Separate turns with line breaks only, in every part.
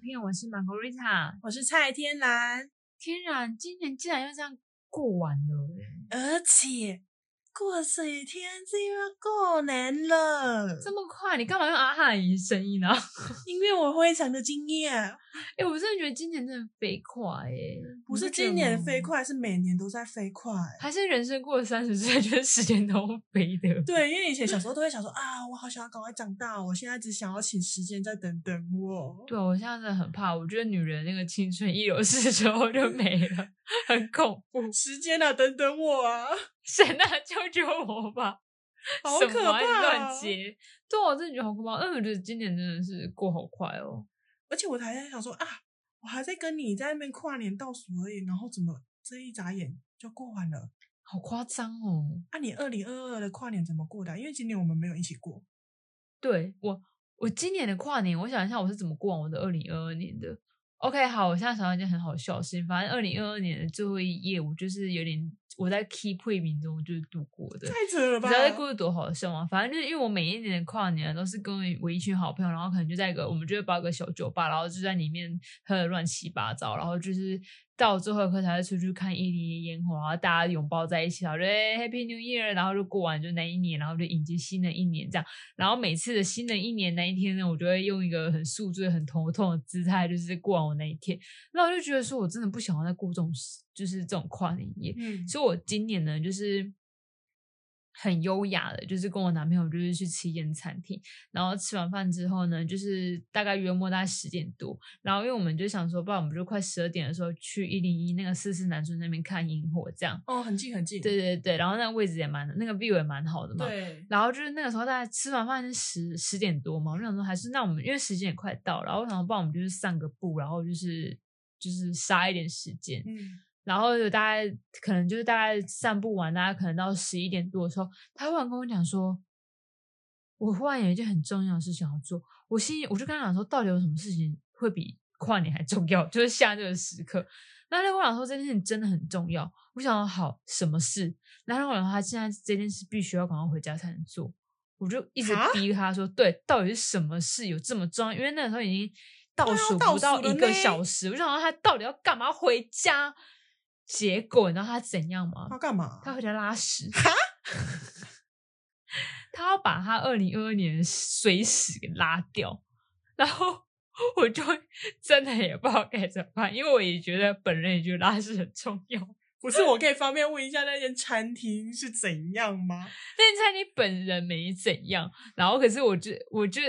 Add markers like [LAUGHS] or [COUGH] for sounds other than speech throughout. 片，我是玛格丽塔。
我是蔡天蓝，
天然，今年竟然又这样过完了欸耶、
而且过几天就要过年了，
这么快，你干嘛用阿汉语声音呢、啊？ [LAUGHS]
因为我非常的惊艳，
哎、我真的觉得今年真的飞快耶、
不是
你觉得
今年
吗
飞，快，是每年都在飞快。
还是人生过了三十岁， [LAUGHS] 觉得时间都飞的。
对，因为以前小时候都会想说啊，我好想要赶快长大，我现在只想要请时间再等等我。
对，啊我现在真的很怕，我觉得女人那个青春一流逝之后就没了，很恐怖。
时间啊，等等我啊！
神啊，救救我吧！
好
什
可
么啊你
怕
乱
哦
接，对啊我真的觉得好可怕。但我觉得今年真的是过好快哦。
而且我还在想说啊，我还在跟你在那边跨年倒数而已，然后怎么这一眨眼就过完了？
好夸张哦！
啊，你二零二二的跨年怎么过的啊？因为今年我们没有一起过。
对我，我今年的跨年，我想一下我是怎么过完我的二零二二年的。OK，好，我现在想到一件很好笑的事情，反正二零二二年的最后一夜，我就是有点我在 keep 会名中就是度过的。
太扯了
你
吧！
知道这过得多好笑吗？反正就是因为我每一年的跨年都是跟我一群好朋友，然后可能就在一个我们就会包个小酒吧，然后就在里面喝的乱七八糟，然后就是到最后一刻才会出去看一零一烟火，然后大家拥抱在一起，然后就、欸、Happy New Year，然后就过完就那一年，然后就迎接新的一年这样。然后每次的新的一年那一天呢，我就会用一个很宿醉、很头痛的姿态，就是过完我那一天。那我就觉得说我真的不想要再过这种，就是这种跨年夜。
嗯，
所以我今年呢，就是很优雅的，就是跟我男朋友就是去吃一间餐厅，然后吃完饭之后呢，就是大概约莫大概十点多，然后因为我们就想说，不然我们就快十二点的时候去一零一那个四四南村那边看萤火，这样。
哦，很近很近。
对对对，然后那个位置也蛮，那个 view 也蛮好的嘛。
对，
然后就是那个时候大概吃完饭是十十点多嘛，我就想说还是那我们因为时间也快到，然后我想说不然我们就是散个步，然后就是就是杀一点时间，
嗯，
然后有大概可能就是大概散步完，大概可能到十一点多的时候，他忽然跟我讲说，我忽然有一件很重要的事情要做。我心里我就跟他讲说，到底有什么事情会比跨年还重要？ [LAUGHS] 就是现在这个时刻。然后他跟我讲说，这件事情真的很重要。我想说好，什么事？然后他跟我讲说，他现在这件事必须要赶快回家才能做。我就一直
哈
逼他说，对，到底是什么事有这么重要？因为那个时候已经倒
对啊
数
倒
不到
数了
一个
呢
小时，我就想说他到底要干嘛回家？结果你知道他怎样吗？
要干嘛？
他回家拉屎。 [LAUGHS] 他要把他二零二二年的水屎给拉掉，然后我就 [LAUGHS] 真的也不知道该怎么办，因为我也觉得本人也觉得拉屎很重要。
不是，我可以方便问一下那间餐厅是怎样吗？
但是在你本人没怎样，然后可是我就我就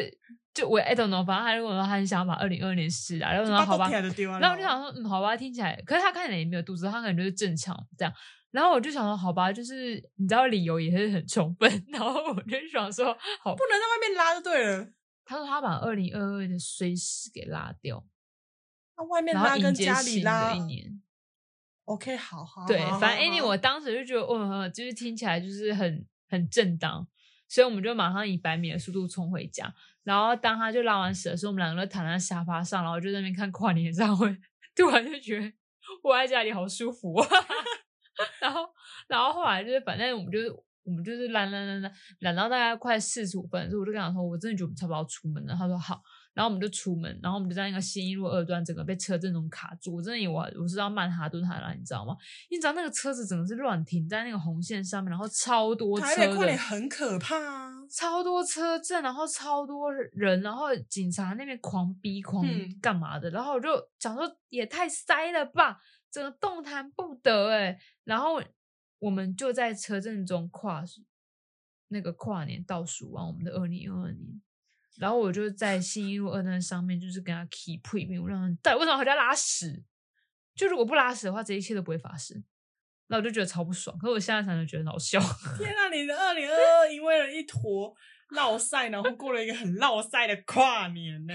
就我 I don't know，反正他就跟我说他很想要把二零二二年屎啊，然后我
就
说
把
好吧
都，贴了丢啊
然后我就想说，嗯，好吧，听起来，可是他看起来也没有肚子，他可能就是正常这样。然后我就想说，好吧，就是你知道理由也是很充分， [LAUGHS] 然后我就想说，好，
不能在外面拉就对了，
他说他把二零二二的碎尸给拉掉，
那外面
然后
拉
迎
跟
接
家里
新的
拉哦
一。年。
OK，好好。
对
好，好
反正 anyway，
好
我当时就觉得，哦，就是听起来就是很很正当，所以我们就马上以百米的速度冲回家。然后当他就拉完屎的时候，我们两个都躺在沙发上，然后就在那边看跨年演唱会， [LAUGHS] 突然就觉得窝在家里好舒服、啊。然后，然后后来就是，反正我们就是我们就是懒懒懒懒懒到大概快四十五分的时候，我就跟他说，我真的觉得我们差不多要出门了。他说好，然后我们就出门，然后我们就在那个新一路二段，整个被车阵中卡住。我真的以为我我是到曼哈顿海了，你知道吗？你知道那个车子整个是乱停在那个红线上面，然后超多车
台北跨
的
年。很可怕啊。
超多车阵，然后超多人，然后警察那边狂逼狂
嗯
干嘛的，然后我就想说也太塞了吧，整个动弹不得哎、然后我们就在车阵中跨那个跨年倒数完我们的二零二二年，然后我就在新一路二段上面就是跟他 keep 一遍，我让他到底为什么回家拉屎？就如果不拉屎的话，这一切都不会发生。那我就觉得超不爽，可是我现在才能觉得很好笑。
天啊，你的二零二二因为了一坨落晒，然后过了一个很落晒的跨年呢、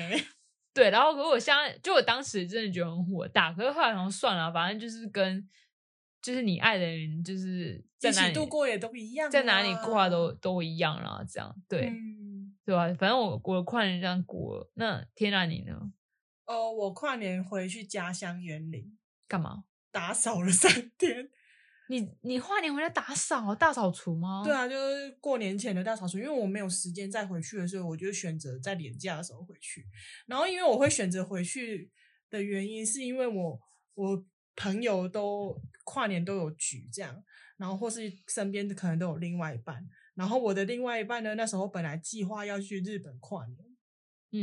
对，然后可是我现在就我当时真的觉得很火大，可是后来想说算了，啊反正就是跟就是你爱的人就是 [LAUGHS] 在
一
哪
起
里
度过也都一样、啊
在哪里挂都。都一样啦，这样对、
嗯，
对吧？反正我我跨年这样过了，那天然你呢？
哦，我跨年回去家乡园林
干嘛？
打扫了三天， [LAUGHS]
你你跨年回来打扫大扫除吗？
对，啊，就是过年前的大扫除，因为我没有时间再回去的时候，我就选择在年假的时候回去。然后，因为我会选择回去的原因，是因为我我朋友都跨年都有局这样，然后或是身边的可能都有另外一半。然后我的另外一半呢，那时候本来计划要去日本跨年，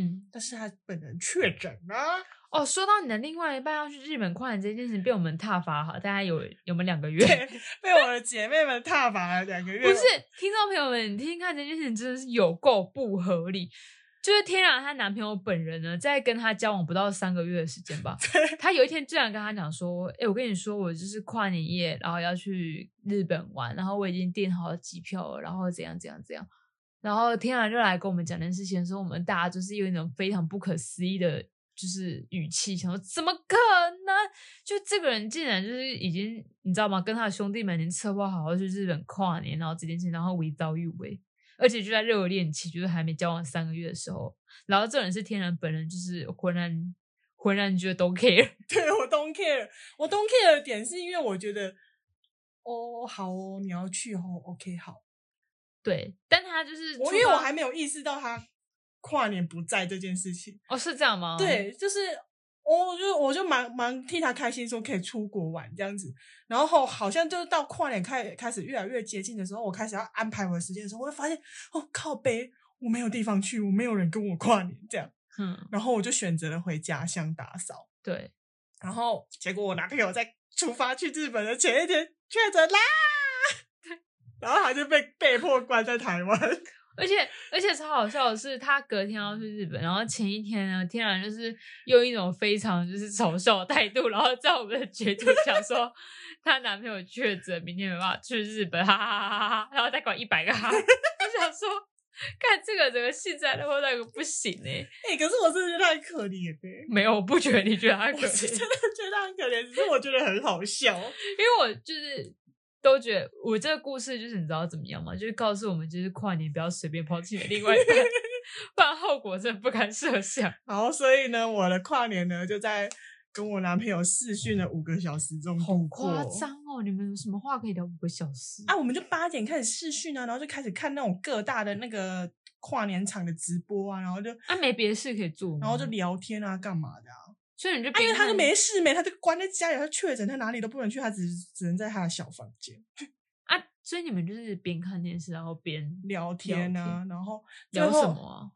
嗯，
但是他本人确诊了。啊
哦，说到你的另外一半要去日本跨年这件事情，被我们踏伐好，大概有有没有两个月？
对 [LAUGHS] 被我的姐妹们踏伐了两个月。
不是，听众朋友们，你听听看这件事情真的是有够不合理。就是天然她男朋友本人呢，在跟她交往不到三个月的时间吧，她有一天居然跟她讲说：“哎、我跟你说，我就是跨年夜，然后要去日本玩，然后我已经订好机票了，然后怎样怎样怎样。”然后天然就来跟我们讲这件事情的时候，我们大家就是有一种非常不可思议的，就是语气，想说怎么可能？就这个人竟然就是已经你知道吗？跟他的兄弟们已经策划好要去日本跨年，然后这件事情，然后为遭遇为，而且就在热恋期，就是还没交往三个月的时候，然后这人是天然本人，就是浑然浑然觉得都 care， [LAUGHS]
对 [LAUGHS] 我 don't care，我 don't care 的点是因为我觉得，哦，好哦，你要去哦，OK，好，
对，但他就是
我
出
因为我
发
还没有意识到他跨年不在这件事情，
哦是这样吗？，
对，就是哦我就我就蛮蛮替他开心，说可以出国玩这样子，然后好像就是到跨年开开始越来越接近的时候，我开始要安排我的时间的时候，我会发现，哦靠北，我没有地方去，我没有人跟我跨年这样，
嗯，
然后我就选择了回家乡打扫。
对，
然后结果我男朋友在出发去日本的前一天确诊啦， [LAUGHS] 然后他就被被迫关在台湾。
而且而且超好笑的是，他隔天要去日本，然后前一天呢，天然就是用一种非常就是嘲笑的态度，然后在我们的群组讲说她男朋友确诊，明天没办法去日本，哈哈哈哈哈哈，然后再管一百个哈，我想说，看这个整个现在的话，那个不行哎、
哎、可是我真的觉得他很可怜欸
没有，我不觉得你觉得他可
[LAUGHS] 我是真
怜
的，觉得他很可怜，只是我觉得很好笑。
因为我就是。都觉得我这个故事就是你知道怎么样吗？就是告诉我们，就是跨年不要随便抛弃你的另外一半， [LAUGHS] 不然后果真的不堪设想。
然后所以呢，我的跨年呢就在跟我男朋友视讯了五个小时中
好
度过
夸张哦！你们有什么话可以聊五个小时？
啊！我们就八点开始视讯啊，然后就开始看那种各大的那个跨年场的直播啊，然后就
啊，没别的事可以做吗，
然后就聊天啊，干嘛的啊？
所以你就
啊、因
边
为他就
看
没事没，他就关在家里，他确诊，他哪里都不能去，他只只能在他的小房间
啊，所以你们就是边看电视，然后边
聊天
聊
啊，
天
然后最
聊什
后
么啊？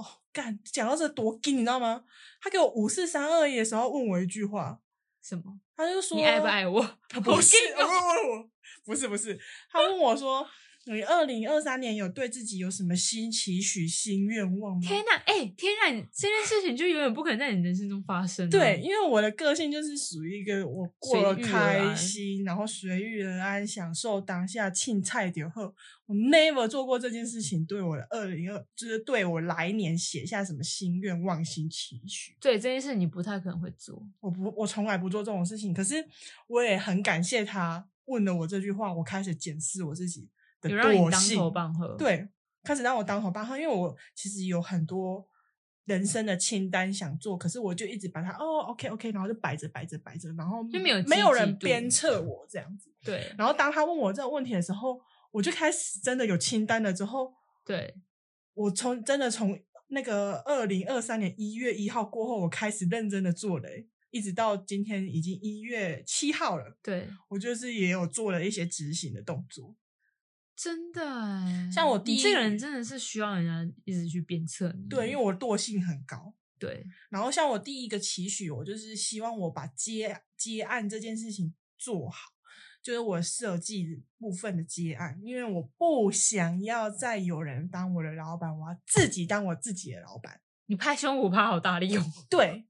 哦，干，讲到这多劲，你知道吗？他给我五四三二一的时候问我一句话，
什么？
他就说
你爱不爱我？ [LAUGHS]
他不是，
跟你讲
哦不是不是，他问我说，你二零二三年有对自己有什么新期许、新愿望吗？
天哪！哎、天哪！你这件事情就永远不可能在你人生中发生、啊
对，，因为我的个性就是属于一个我过
随
了
遇而
开
安
心，然后随遇而安，享受当下，庆菜点后，我 never 做过这件事情，对我的二零二，就是对我来年写下什么新愿望、新期许，
对这件事你不太可能会做。
我不，我从来不做这种事情。可是我也很感谢他问了我这句话，我开始检视我自己的
有让你
惰
当
性，
头棒喝，，
对，开始让我当头棒喝，因为我其实有很多人生的清单想做，可是我就一直把它哦，OK OK，然后就摆着摆着摆着，然后
就没有
没
积
有
极
人
度
鞭策我这样子。
对
然后当他问我这个问题的时候，我就开始真的有清单了。之后
对，
我从真的从那个二零二三年一月一号过后，我开始认真的做了欸、一直到今天已经一月七号了，
对，
我就是也有做了一些执行的动作。
真的哎、
像我第
你这个
一
人真的是需要人家一直去鞭策你。
对，因为我惰性很高，
对
然后像我第一个期许，我就是希望我把接接案这件事情做好，就是我设计部分的接案，因为我不想要再有人当我的老板，我要自己当我自己的老板。
你拍胸脯拍好大力哦，
对，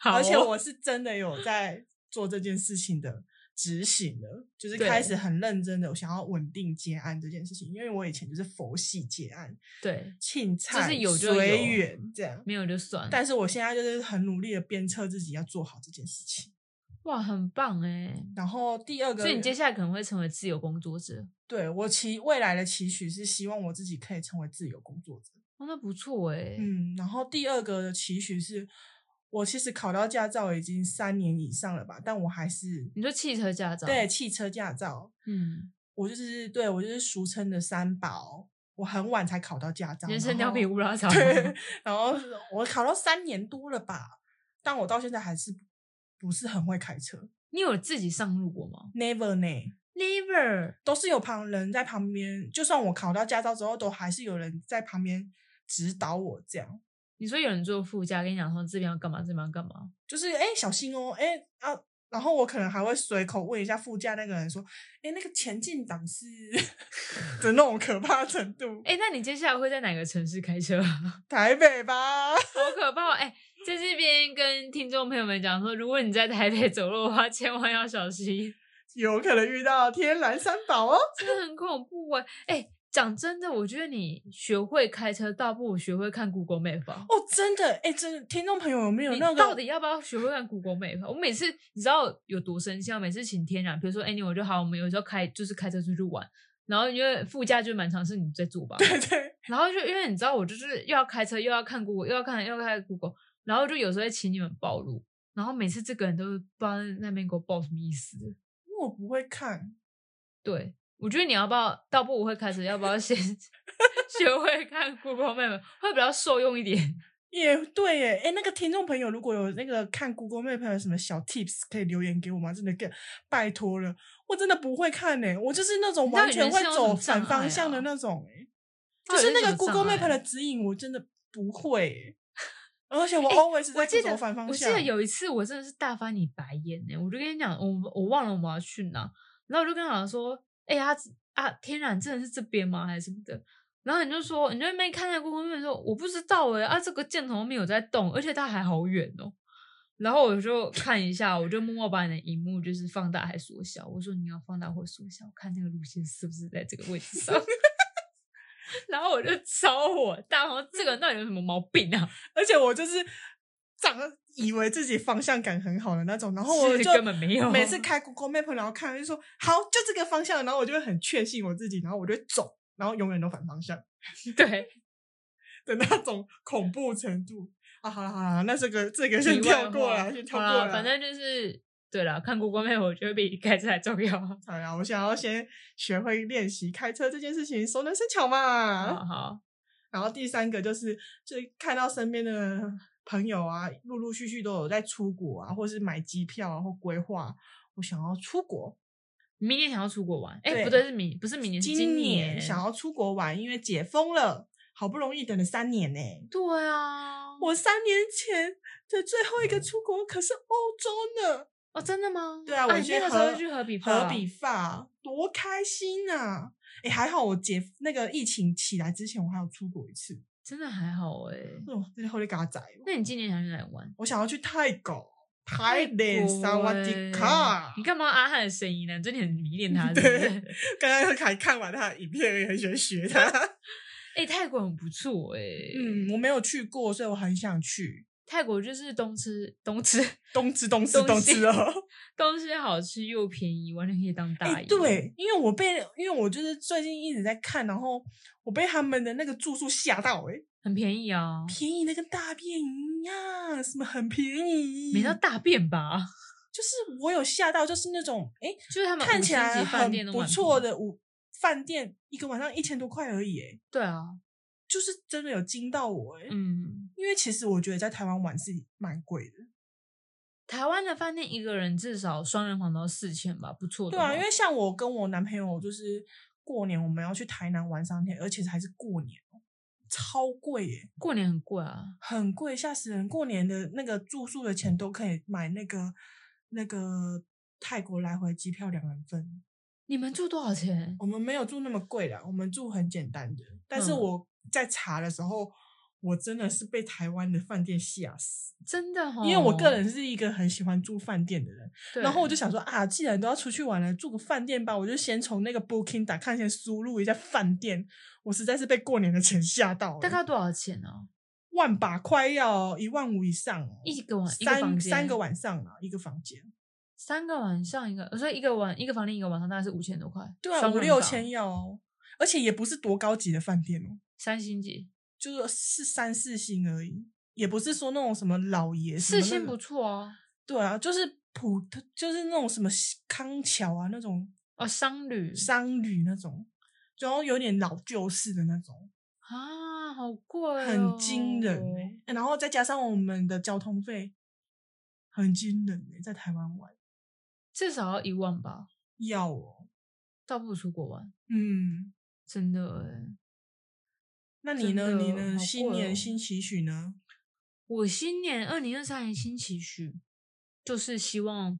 好哦、
而且我是真的有在做这件事情的执行了，就是开
对
始很认真的想要稳定接案这件事情，因为我以前就是佛系接案，
对
庆菜
有就
随
有
缘这样。
没有就算了。
但是我现在就是很努力的鞭策自己要做好这件事情。
哇，很棒哎！
然后第二个，
所以你接下来可能会成为自由工作者，
对我期未来的期许是希望我自己可以成为自由工作者。嗯
哦，那不错哎。
嗯，然后第二个的期许是，我其实考到驾照已经三年以上了吧，但我还是
你说汽车驾照？
对，汽车驾照，
嗯，
我就是对我就是俗称的三宝，我很晚才考到驾照，
人
然
生貂皮
后
乌拉草。
对，然后我考到三年多了吧，但我到现在还是不是很会开车
你有自己上路过吗
，never 呢，
？Never，
都是有旁人在旁边，就算我考到驾照之后，都还是有人在旁边指导我这样。
你说有人坐副驾跟你讲说这边要干嘛，这边要干嘛？
就是哎、欸小心哦、哎、啊，然后我可能还会随口问一下副驾那个人说，哎、那个前进档是的那种可怕程 [LAUGHS] 度，
哎、那你接下来会在哪个城市开车啊？ [LAUGHS]
台北吧，
好可怕！哎、在这边跟听众朋友们讲说，如果你在台北走路的话，千万要小心，
有可能遇到天然三宝哦。
真的很恐怖哎、哎、讲真的，我觉得你学会开车，倒不如学会看 Google Map 啊吧。
哦，真的，哎、真的，听众朋友有没有
你
那个？
到底要不要学会看 Google Map？我每次你知道有多生气啊？每次请天然，比如说 Annie，我就好，我们有时候开就是开车出去玩，然后因为副驾就蛮常是你在坐吧，
[LAUGHS] 对对，
然后就因为你知道我就是又要开车又要看 Google，又要看又要看 Google，然后就有时候会请你们暴露，然后每次这个人都不知道那边给我报什么意思。
因为我不会看，
对，我觉得你要不要倒不如会开始，要不要先 [LAUGHS] 学会看 Google Map 会比较受用一点？
也对耶，哎、那个听众朋友如果有那个看 Google Map 有什么小 tips，可以留言给我吗？真的给，拜托了，我真的不会看呢，我就是那种
你到
完
底
全
人
会
生有什
走
么
反
障碍
方向的
啊
那种哎。
到
就
底
是那
什
个
么
Google
障碍啊
Map 的指引，我真的不会欸、
[LAUGHS]
而且我 always
我
在
记
不
得
走反方
我记
向。
得有一次，我真的是大翻你白眼呢、我就跟你讲，我我忘了我们要去哪，然后我就跟他讲说，哎、呀啊，天然真的是这边吗？还是什么的？然后你就说，你就在那边看那个 Google Map 说，我不知道哎、啊，这个箭头没有在动，而且它还好远哦、然后我就看一下，我就默默把你的荧幕就是放大还缩小。我说你要放大或缩小，看那个路线是不是在这个位置
[LAUGHS]
上。 [LAUGHS] 然后我就超火大，我说这个人到底有什么毛病啊？ [LAUGHS]
而且我就是长得以为自己方向感很好的那种，然后我
是
就
根本没有
每次开 Google Map，然后看就说好，就这个方向，然后我就会很确信我自己，然后我就会走，然后永远都反方向
对，
[LAUGHS] 的那种恐怖程度。啊，好了好了，那这个这个先
题外
跳过
话
了，先跳
好啦
过了。
反正就是对了，看 Google Map 我觉得比开车还重要。
好呀，我想要先学会练习开车这件事情，熟能生巧嘛。
好好，
然后第三个就是，就是看到身边的朋友啊，陆陆续续都有在出国啊，或是买机票啊，或规划我想要出国。
你明年想要出国玩？哎、
对
不对，是明不是明年，是
今
年
想要出国玩，因为解封了，好不容易等了三年呢、
对啊，
我三年前的最后一
嗯
个出国可是欧洲呢。
哦，真的吗？
对啊，我
哎、
去
那
和、
个时候去和比
和
法
比发，多开心啊！哎，还好我解那个疫情起来之前，我还有出国一次。
真的还好哎、
哦，真的后来嘎仔哦。
那你今年想去哪里玩？
我想要去泰国，泰
国
国萨瓦迪
欸
卡
你。干嘛阿汉的声音呢？你真的很迷恋
[LAUGHS]
他，是不
对
是？
刚刚还看完他的影片，也很喜欢学他。
[LAUGHS] 哎、泰国很不错哎、，
嗯，我没有去过，所以我很想去。
泰国就是东吃东吃 [LAUGHS]
东吃东吃
东
东
西
吃哦！
东西好吃又便宜，完全可以当大
哎、
爷。
对，因为我被，因为我就是最近一直在看，然后我被他们的那个住宿吓到、哎，
很便宜啊，
便宜的跟大便一样，什么很便宜，
没到大便吧？
就是我有吓到，就是那种，哎、
嗯就是他们
看起
五星
来
级饭店
很
都
不
蛮
错
便宜，
的五饭店，一个晚上一千多块而已、哎，
对啊，
就是真的有惊到我哎、
嗯，
因为其实我觉得在台湾玩是蛮贵的，
台湾的饭店一个人至少双人房都要四千吧，不错的
对
话。
啊，因为像我跟我男朋友就是过年我们要去台南玩三天，而且还是过年哦，超贵耶、
过年很贵啊，
很贵，吓死人！过年的那个住宿的钱都可以买那个那个泰国来回机票两人份，
你们住多少钱？
我们没有住那么贵啦，我们住很简单的，但是
嗯
我在查的时候。我真的是被台湾的饭店吓死，
真的哈、
因为我个人是一个很喜欢住饭店的人，
哦对，
然后我就想说啊，既然都要出去玩了，住个饭店吧。我就先从那个 Booking 打看，先输入一下饭店。我实在是被过年的钱吓到了，
大概多少钱呢、
万把块要一万五以上哦，
一个晚一个
三
房
三个
间
晚上啊，一个房间，
三个晚上一个，所以一个晚一个房间一个晚上大概是五千多块，
对啊，
双
五
人
六
房
千，要哦，而且也不是多高级的饭店哦，
三星级，
就是是三四星而已，一也不是说那种什么老爷什么
四
那
星
种
不错哦，
对啊，就是普就是那种什么康桥啊那种
哦商旅
商旅那种，然后有点老旧式的那种，
啊，好贵、哦，哦
很惊人、欸然后再加上我们的交通费，很惊人哎、在台湾玩
至少要一万吧，
要哦，
倒不如出国玩，
嗯，
真的哎。
那你呢？
真的
你
好
呢？新
贵
年
哦
新期许呢？
我新年二零二三年新期许，就是希望，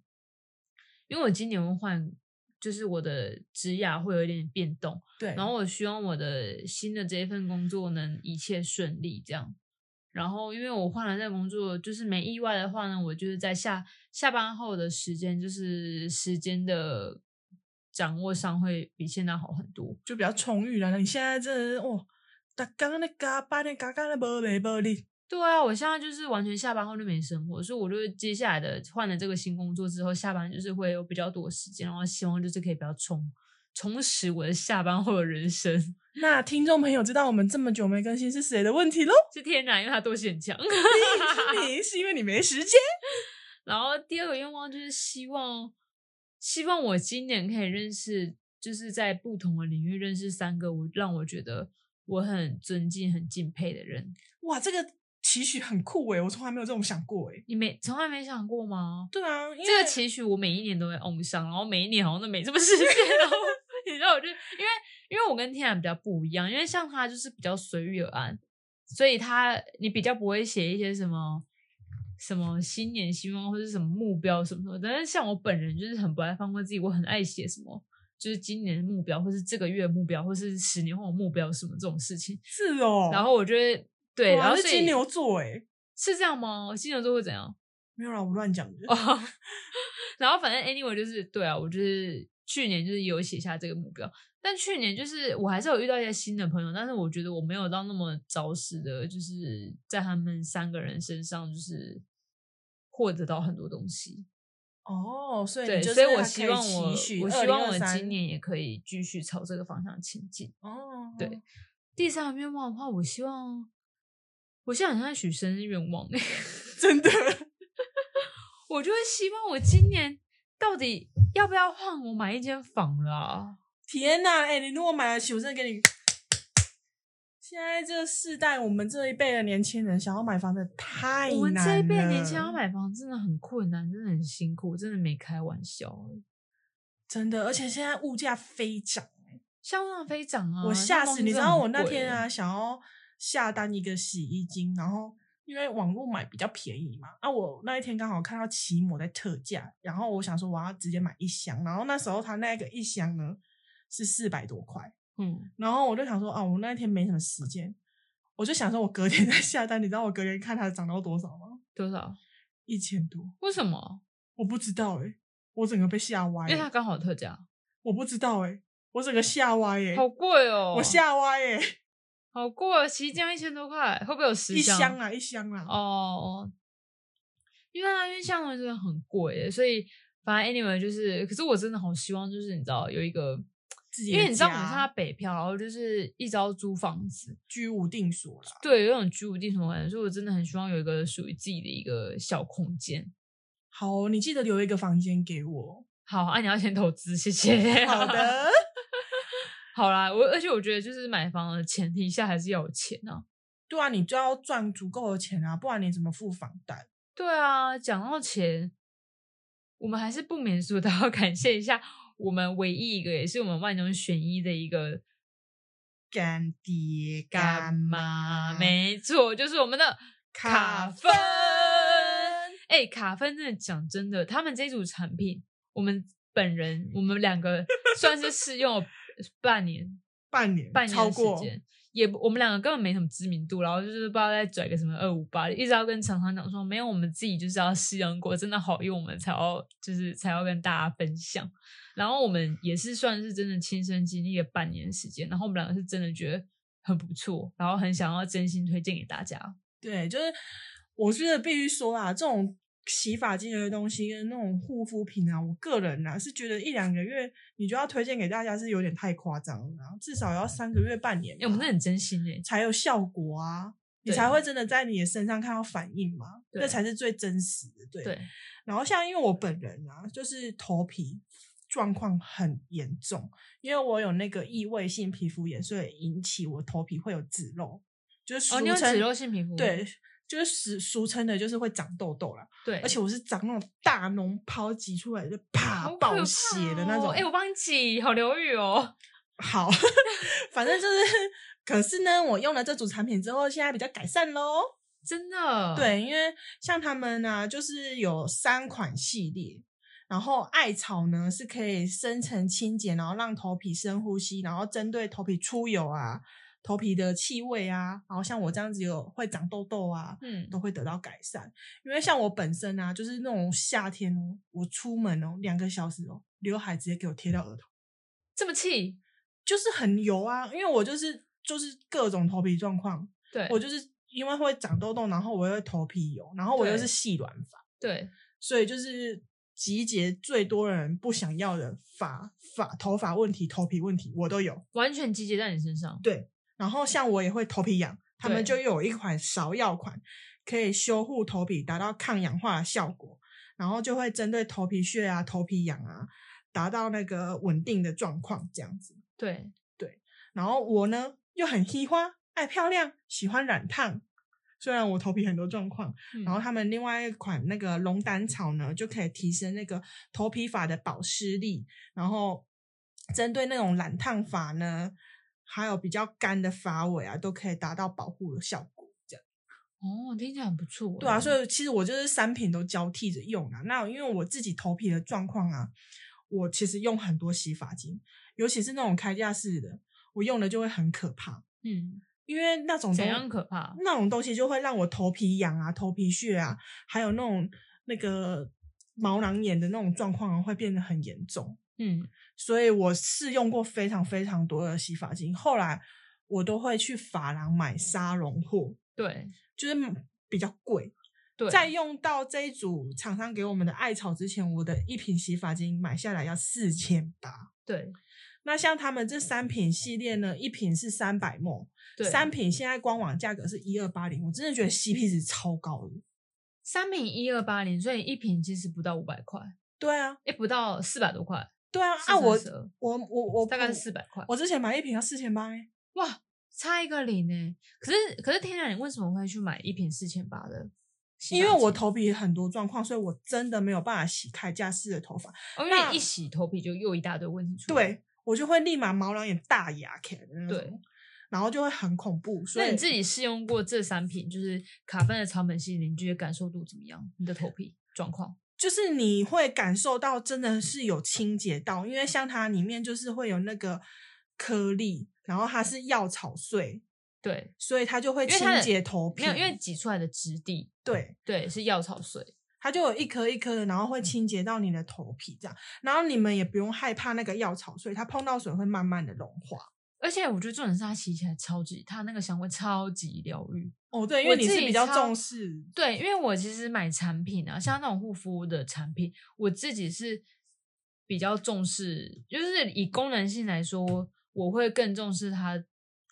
因为我今年会换，就是我的职涯会有一点变动，
对，
然后我希望我的新的这一份工作能一切顺利，这样。然后，因为我换了这个工作，就是没意外的话呢，我就是在下下班后的时间，就是时间的掌握上会比现在好很多。
就比较充裕了。你现在真的是哦，大刚那嘎八点嘎嘎的无没无力，
对啊，我现在就是完全下班后就没生活，所以我就接下来的换了这个新工作之后，下班就是会有比较多的时间，然后希望就是可以比较充充实我的下班后的人生。
那听众朋友知道我们这么久没更新是谁的问题
[LAUGHS]
喽？
是天然，因为他惰性很强。 [LAUGHS]
是你，是因为你没时间。
然后第二个愿望就是希望，希望我今年可以认识，就是在不同的领域认识三个我让我觉得我很尊敬、很敬佩的人。
哇，这个期许很酷欸诶，我从来没有这种想过诶。
你没从来没想过吗？
对啊，因为
这个期许我每一年都会翁上，然后每一年好像都没这么实现。然后 [LAUGHS] 你知道，我就因为因为我跟天然比较不一样，因为像他就是比较随遇而安，所以他你比较不会写一些什么什么新年希望或者什么目标什么什么。但是像我本人就是很不爱放过自己，我很爱写什么。就是今年的目标，或是这个月的目标，或是十年后的目标，什么这种事情，
是哦，
然后我就会对，
哇
然后
是
所以
金牛座诶，
是这样吗？金牛座会怎样？
没有啦，我乱讲的。
哦， [LAUGHS] 然后反正 anyway 就是对啊，我就是去年就是有写下这个目标，但去年就是我还是有遇到一些新的朋友，但是我觉得我没有到那么着实的，就是在他们三个人身上就是获得到很多东西。
哦，所以你
对，
就是
所以我
还
希
可
望
期
我
许
我希望我
2023
今年也可以继续朝这个方向前进。
哦，
对，第三个愿望的话，我希望我现在很像在许生日愿望、欸。
[LAUGHS] 真的
我就会希望我今年到底要不要换我买一间房啦、啊？
天哪！哎，你如果买得起，我真的给你。现在这世代，我们这一辈的年轻人想要买房子太难了。
我们这一辈年轻人要买房真的很困难，真的很辛苦，真的没开玩笑欸。
真的，而且现在物价飞涨。
像浪飞涨啊！
我吓
像
死！
东
你
西
知
真的
道
很
我那
贵
天
欸
啊，，想要下单一个洗衣精，然后因为网络买比较便宜嘛，啊，我那一天刚好看到奇摩在特价，然后我想说我要直接买一箱，然后那时候它那个一箱呢是四百多块，
嗯，
然后我就想说啊，我那一天没什么时间，我就想说我隔天再下单，你知道我隔天看它涨到多少吗？
多少？
一千多，
为什么？
我不知道诶、欸我整个被吓歪
因为它
了，
刚好特价，
我不知道诶、我整个吓歪诶、
好贵哦！
哎我吓歪诶、
好贵哦，洗衣机要一千多块，会不会有十
一箱
啊？
啊，一箱啊，
哦，因为啊，因为香港真的很贵耶，所以反正 anyway 就是，可是我真的好希望就是你知道有一个
自己
因
的
为你知道我们
家
现在北漂，然后就是一招租房子，
居无定所啦。
对，有一种居无定所的感觉，所以我真的很希望有一个属于自己的一个小空间。
好，你记得留一个房间给
[LAUGHS]
我。
好，啊，你要先投资，谢谢。
好，的，
好啦，我而且我觉得就是买房的前提下还是要有钱啊。
对啊，你就要赚足够的钱啊，不然你怎么付房贷？
对啊，讲到钱，我们还是不免俗的 [LAUGHS] 要感谢一下我们唯一一个也是我们万中选一的一个
干爹
干
干
妈，
妈
啊没错，就是我们的
卡
芬
芬。
哎、卡芬真的讲真的，他们这组产品，我们本人我们两个算是试用了半年，
半年，
半年
超
的时
过，
间，也不我们两个根本没什么知名度，然后就是不知道再拽个什么二五八，一直要跟厂商讲说，没有，我们自己就是要试用过，真的好用，我们才要就是才要跟大家分享。然后我们也是算是真的亲身经历了半年的时间，然后我们两个是真的觉得很不错，然后很想要真心推荐给大家。
对，就是我觉得必须说啊，这种洗发精的东西跟那种护肤品啊，我个人啊是觉得一两个月你就要推荐给大家是有点太夸张了啊、至少要三个月、半年
哎、
吧、
我们真的很真心哎、
才有效果啊。你
对嗯
才会真的在你的身上看到反应嘛，
对
这才是最真实的。对。
对，哦
然后像因为我本人啊，就是头皮状况很严重，因为我有那个异位性皮肤炎，所以引起我头皮会有脂漏，就是俗
哦，你有
称、
脂漏性皮肤，
对，就是俗俗称的就是会长痘痘啦。
对，
而且我是长那种大脓泡挤出来就啪
好可
爆
怕
血的那
哦
种。
哎、我帮你挤，好疗愈哦。
好， [LAUGHS] 反正就是， [LAUGHS] 可是呢，我用了这组产品之后，现在比较改善喽。
真的，，
对，因为像他们呢、就是有三款系列，然后艾草呢是可以深层清洁，然后让头皮深呼吸，然后针对头皮出油啊、头皮的气味啊，然后像我这样子有会长痘痘啊，
嗯，
都会得到改善。因为像我本身啊，就是那种夏天哦，我出门哦，两个小时哦，刘海直接给我贴到额头，
这么气，
就是很油啊。因为我就是就是各种头皮状况，
对，
我就是因为会长痘痘，然后我又会头皮油，然后我又
对
是细软发，
对，
所以就是集结最多人不想要的发发头发问题、头皮问题，我都有。
完全集结在你身上，
然后像我也会头皮痒，他们
对
就有一款芍药款，可以修护头皮，达到抗氧化的效果，然后就会针对头皮屑啊、头皮痒啊，达到那个稳定的状况这样子。
对，
然后我呢又很 [LAUGHS] 喜欢爱漂亮，喜欢染烫，虽然我头皮很多状况，
嗯
然后他们另外一款那个龙胆草呢，就可以提升那个头皮发的保湿力，然后针对那种染烫发呢，还有比较干的发尾啊，都可以达到保护的效果。这样
哦，听起来很不错，欸
对啊，
以
所以其实我就是三瓶都交替着用啊。那因为我自己头皮的状况啊，我其实用很多洗发精，尤其是那种开架式的，我用的就会很可怕，
嗯，
因为那种
怎
东
样可怕？
那种东西就会让我头皮痒啊、头皮屑啊，还有那种那个毛囊炎的那种状况啊会变得很严重。
嗯，
所以我试用过非常非常多的洗发精，后来我都会去发廊买沙龙货，
对，
就是比较贵。
对，
在用到这一组厂商给我们的艾草之前，我的一瓶洗发精买下来要四千八。
对，
那像他们这三瓶系列呢，一瓶是三百梦，
对，
三瓶现在官网价格是一二八零，我真的觉得 CP 值超高的。
三瓶一二八零，所以一瓶其实不到五百块，
对啊，
哎，不到四百多块，
对啊，啊
432
我我我我
大概是四百块，
我之前买一瓶要四千八，
哇，差一个零呢。可是可是，天然，你为什么会去买一瓶四千八的洗发精？
因为我头皮很多状况，所以我真的没有办法洗开架式的头发，
哦，因为
那
你一洗头皮就又一大堆问题出来。，
对我就会立马毛囊炎大牙开的那
对
种，然后就会很恐怖。所
那
以
你自己试用过这三瓶，就是卡芬的草本系列，你觉得感受度怎么样？你的头皮状况？
就是你会感受到真的是有清洁到，因为像它里面就是会有那个颗粒，然后它是药草碎，
对，
所以它就会
因为
清
它的
洁头皮。
没有，因为挤出来的质地，
对，
对，是药草水。
它就有一颗一颗的，然后
嗯
会清洁到你的头皮这样。然后你们也不用害怕那个药草所以它碰到水会慢慢的融化。
而且我觉得重点是它洗起来超级，它那个香味超级疗愈。
哦，对，因
我
为你
自
是
己
比较
超
重视，
对，因为我其实买产品啊，像那种护肤的产品，我自己是比较重视，就是以功能性来说，我会更重视它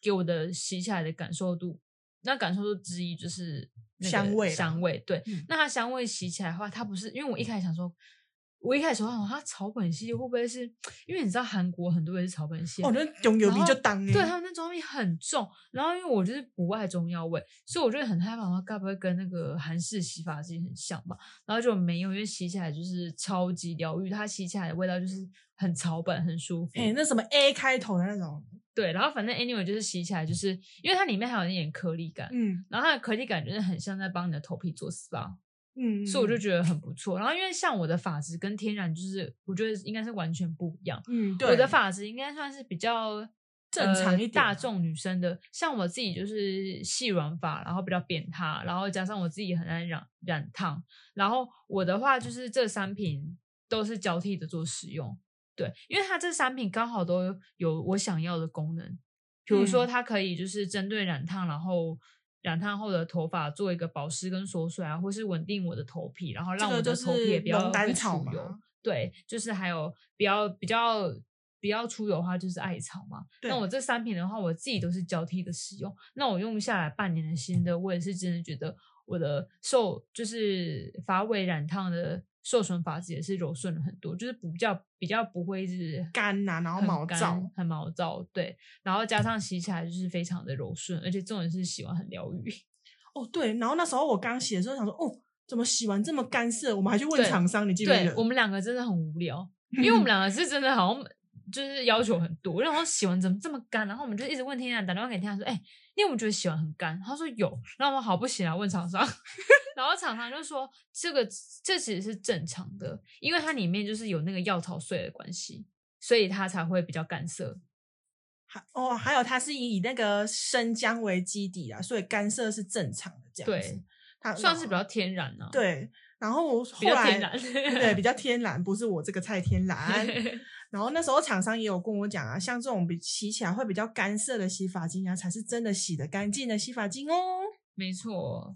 给我的洗起来的感受度。那感受度之一就是那个
香味啦
香味对。
嗯
那它香味洗起来的话，它不是因为我一开始想说，我一开始想说啊它草本系列会不会是因为你知道韩国很多也是草本系列
哦，那种有
然
你就
后
当欸
对，他们那中药味很重，然后因为我就是不爱中药味，所以我就很害怕，它该不会跟那个韩式洗发剂很像吧？然后就没有，因为洗起来就是超级疗愈，它洗起来的味道就是很草本，很舒服。
哎、那什么 A 开头的那种，
对，然后反正 anyway 就是洗起来，就是因为它里面还有一点颗粒感，
嗯
然后它的颗粒感就是很像在帮你的头皮做 SPA，
嗯，
所以我就
觉
觉得很不错。然后因为像我的发质跟天然就是，我觉得应该是完全不一样。
嗯，对，
我的发质应该算是比较
正常一
呃
点
大
啊
众女生的。像我自己就是细软发，然后比较扁塌，然后加上我自己很爱染染烫，然后我的话就是这三瓶都是交替着做使用。对，因为它这三品刚好都有有我想要的功能，比如说
嗯
它可以就是针对染烫，然后染烫后的头发做一个保湿跟锁水啊，或是稳定我的头皮，然后让
个
我的
就
头皮也
是
不要
龙胆
会
草
出
嘛
油。对，就是还有比较比较不要出油的话就是艾草嘛。
对
那我这三瓶的话，我自己都是交替的使用。那我用下来半年的心得，我也是真的觉得我的受就是发尾染烫的受损发质也是柔顺了很多，就是比较比较不会是
干呐然后
很
毛
干
躁
很毛躁，对。然后加上洗起来就是非常的柔顺，而且重点是洗完很疗
[LAUGHS]
愈。
哦，对，然后那时候我刚洗的时候想说，哦，怎么洗完这么干涩？我们还去问
对
厂商，你记不记
对
得？
我们两个真的很无聊，因为我们
嗯
两个是真的好像就是要求很多，然后洗完怎么这么干？然后我们就一直问天然，打电话给天然说：“哎、你有没有觉得洗完很干？”他说有，然后我们好不行啊，问厂商， [LAUGHS] 然后厂商就说这个这其实是正常的，因为它里面就是有那个药草碎的关系，所以它才会比较干涩。
还哦，还有它是以那个生姜为基底啊，所以干涩是正常的这样子。
对，
它
算是比较天然啊，，
对。然后我
比
后
较
来
天然，
对比较天然，不是我这个菜天
[LAUGHS]
然。然后那时候厂商也有跟我讲啊，像这种比洗起来会比较干涩的洗发精啊，才是真的洗得干净的洗发精哦。
没错，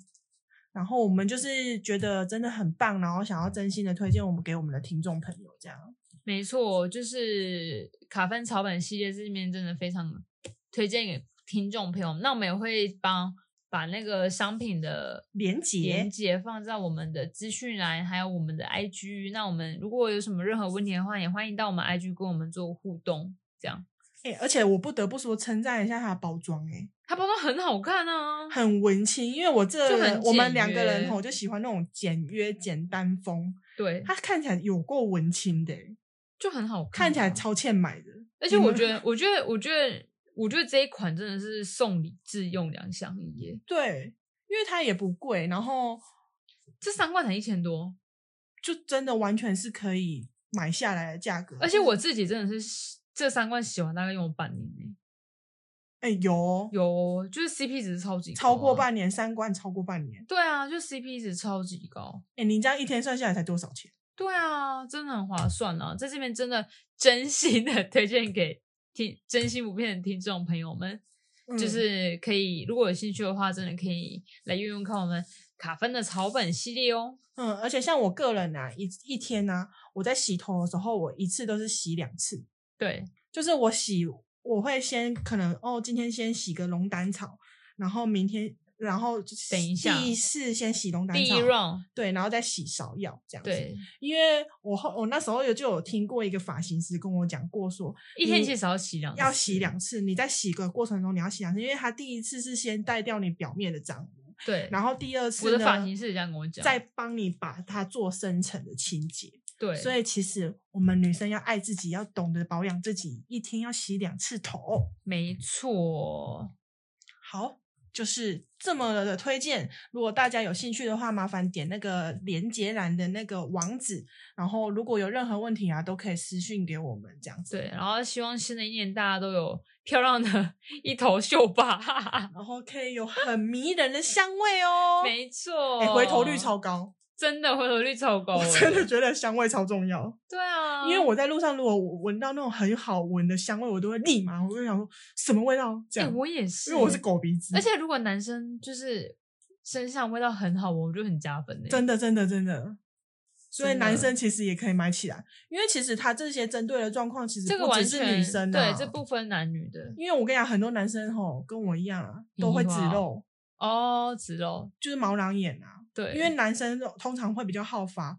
然后我们就是觉得真的很棒，然后想要真心的推荐我们给我们的听众朋友这样。
没错，就是卡芬草本系列这里面真的非常推荐给听众朋友。那我们也会帮把那个商品的
连结
连接放在我们的资讯栏，还有我们的 IG。那我们如果有什么任何问题的话，也欢迎到我们 IG 跟我们做互动。这样，
哎、而且我不得不说称赞一下它的包装、欸，
它包装很好看啊，
很文青。因为我这
就很
我们
简
两个人
约
吼就喜欢那种简约简单风，
对，
它看起来有够文青的、欸，
就很好看啊、
看起来超嗯欠买的。
而且
你
我
们
觉得，我觉得，我觉得，我觉得这一款真的是送礼自用两相宜耶，
对，因为它也不贵，然后
这三罐才一千多。
就真的完全是可以买下来的价格。
而且我自己真的是洗这三罐洗完大概用了半年呢、
哎、有哦
有哦就是 CP 值超级高啊、
超过半年，三罐超过半年。
对啊，就 CP 值超级高，
哎、你这样一天算下来才多少钱？
对啊，真的很划算啊，在这边真的真心的 [LAUGHS] 推荐给听真心不骗的听众朋友们，就
嗯
是可以如果有兴趣的话，真的可以来用用看我们卡芬的草本系列哦。
嗯，而且像我个人啊，一一天呢、我在洗头的时候，我一次都是洗两次，
对，
就是我洗，我会先可能哦，今天先洗个龙胆草，然后明天，然后就
等一
洗
下哦
第一次先洗龙胆
第一
草，
round，
对，然后再洗芍药这样子。，
对，
因为我后我那时候有就有听过一个发型师跟我讲过说，
一天
你
至少要洗两次，
要洗两次，你在洗的过程中你要洗两次，因为它第一次是先带掉你表面的脏污，
对，
然后第二次
我的
呢
发型师也这样跟我讲
再帮你把它做深层的清洁。
对，
所以其实我们女生要爱自己，要懂得保养自己，一天要洗两次头。
没错。
好，就是这么的推荐。如果大家有兴趣的话，麻烦点那个连洁栏的那个网址，然后如果有任何问题啊，都可以私信给我们这样子。
对，然后希望新的一年大家都有漂亮的 [LAUGHS] 一头秀发。
然后可以有很迷人的香味哦。
[LAUGHS] 没错、
哎回头率超，高，
真的回头率超高
我
欸，
真的觉得香味超重要。
对啊，
因为我在路上如果闻到那种很好闻的香味，我都会立马我就想说什么味道这
哎、
样。
我也是，
因为我是，狗鼻子，
而且如果男生就是身上味道很好闻，我就很加分欸呢、
真的真的真的。所以
真的
男生其实也可以买起来，因为其实他这些针对的状况，其实
这个
不
完
只是
全
女生、啊，
对，这不分男女的
因为我跟你讲，很多男生吼跟我一样啊，都会
屁
脂
话
漏，
哦，子柔，
就是毛囊炎啊。
对，
因为男生通常会比较好发，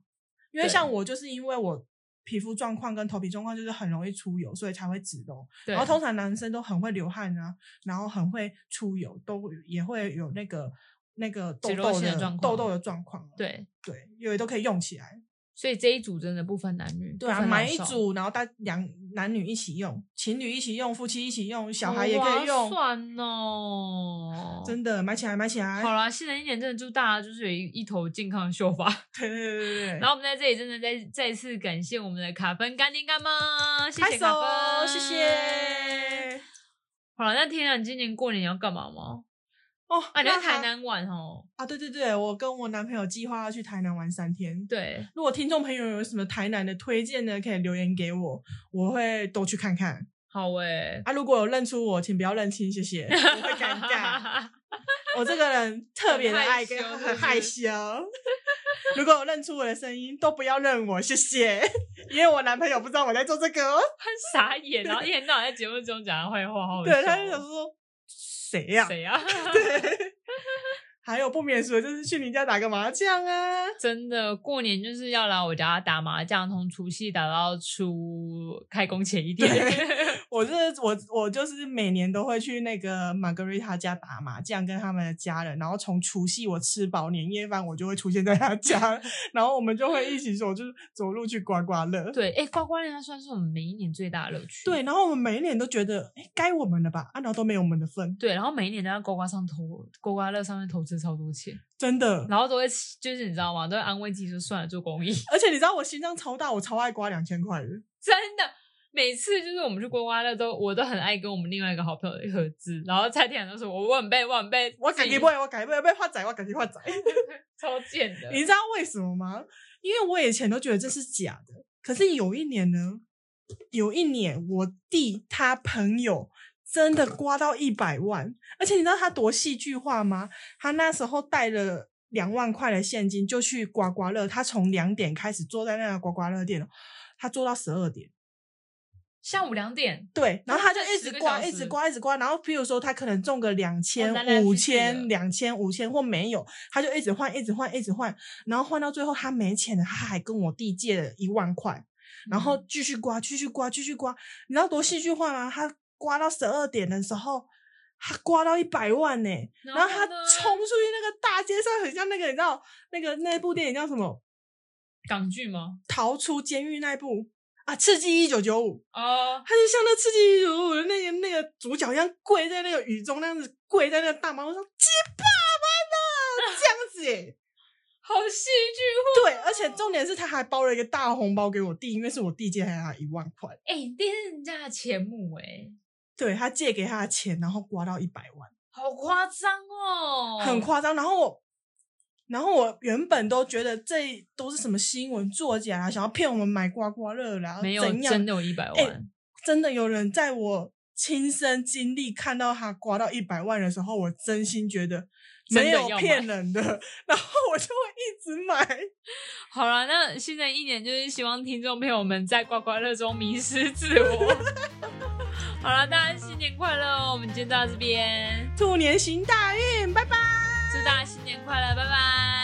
因为
对
像我就是因为我皮肤状况跟头皮状况就是很容易出油，所以才会脂漏。
对
然后通常男生都很会流汗啊，然后很会出油，都也会有那个那个痘
脂漏
痘
性的
的
状
痘
况
痘的状况。啊
对，
对，因为都可以用起来。
所以这一组真的不分男女，
对
不
啊，
分
买
老
一
少。
组，然后大两男女一起用，情侣一起用，夫妻一起用，小孩也
好
可
划
以用。
算哦，
真的，买起来，买起来。
好啦，新的一年真的祝大家就是有一一头健康的秀发。
[LAUGHS] 对对对对对。
然后我们在这里真的再再次感谢我们的卡芬干爹干妈，谢
拍
谢卡
手
芬，
谢。谢。
好了，那天啊然，你今年过年要干嘛吗？
哦，
啊，你在
那
台
他
南玩哦。
啊？对对对，我跟我男朋友计划要去台南玩三天。
对，
如果听众朋友有什么台南的推荐呢，可以留言给我，我会都去看看。
好诶、欸 [LAUGHS]
啊，如果有认出我，请不要认亲，谢谢，我会尴尬。我这个人特别的爱跟
很害羞
很害羞。 [LAUGHS] 如果我认出我的声音，都不要认我，谢谢， [LAUGHS] 因为我男朋友不知道我在做这个哦。
很傻眼，哦然后一天到晚在节目中讲他坏话，好好
对，
笑
他就想
哦
说谁呀、
谁啊呀、
还有不免俗的就是去你家打个麻将啊。
[LAUGHS] 真的，过年就是要来我家打麻将，从除夕打到初开工前一天。
我这我我就是每年都会去那个玛格丽塔家打麻将，跟他们的家人。然后从除夕我吃饱年夜饭，我就会出现在
[LAUGHS]
他家，然后我们就会一起走，就是走路去刮刮乐。
对，哎、刮刮乐它算是我们每一年最大的乐趣。
对，然后我们每一年都觉得，哎，该我们的吧，啊，然后都没有我们的份，
对，然后每一年都在刮刮上投刮刮乐上面投资超多钱，
真的。
然后都会就是你知道吗？都会安慰自己说算了，做公益。 [LAUGHS]
而且你知道我心脏超大，我超爱刮两千块的。
真的，每次就是我们去刮刮乐都，我都很爱跟我们另外一个好朋友合资，然后蔡天然都说我万倍万倍，
我改
自己
给不，我改不，被画仔，我改给画仔。
超贱的
你。知道为什么吗？因为我以前都觉得这是假的，可是有一年呢，有一年我弟他朋友真的刮到一百万，而且你知道他多戏剧化吗？他那时候带了。两万块的现金就去刮刮乐，他从两点开始坐在那个刮刮乐店哦，他坐到十二点，
下午两点，
对，然后他就
那
一
10
直
个
刮，
小
一直
时哦
刮，一直刮。然后，譬如说，他可能中个两千、
来来去
五
去
千、
的
两千、五千或没有，他就一直换，一直换，一直换。然后换到最后，他没钱了，他还跟我弟借了一万块，然后
嗯
继续刮，继续刮，继续刮。你知道多戏剧化吗？他刮到十二点的时候，他刮到一百万呢、然后他
呢
冲出去那个大街上，很像那个你知道那个那部电影叫什么？
港剧吗？
逃出监狱那一部啊，《刺激一九九五》。
哦，
他就像那刺激如舞的那个那个主角一样，跪在那个雨中那样子跪在那个大马路上，鸡爸爸
[LAUGHS]
呢？这样子诶、
好戏剧
对，而且重点是他还包了一个大红包给我弟，因为是我弟借给他一万块，
化，哎、欸，这是人家的钱母哎、
对他借给他的钱，然后刮到一百万，
好夸张哦，
很夸张。然后我，然后我原本都觉得这都是什么新闻作假啊，想要骗我们买刮刮乐啦，
没有
怎样
真的有一百
哎
万，
真的有人在我亲身经历看到他刮到一百万的时候，我真心觉得
真
没
的
有
要
骗
买
人的， [LAUGHS] 然后我就会一直买。
好了，那新的一年就是希望听众朋友们在刮刮乐中迷失自我。好了，大家新年快乐哦！我们今天到这边，
兔年行大运，拜拜。
祝大家新年快乐，拜拜。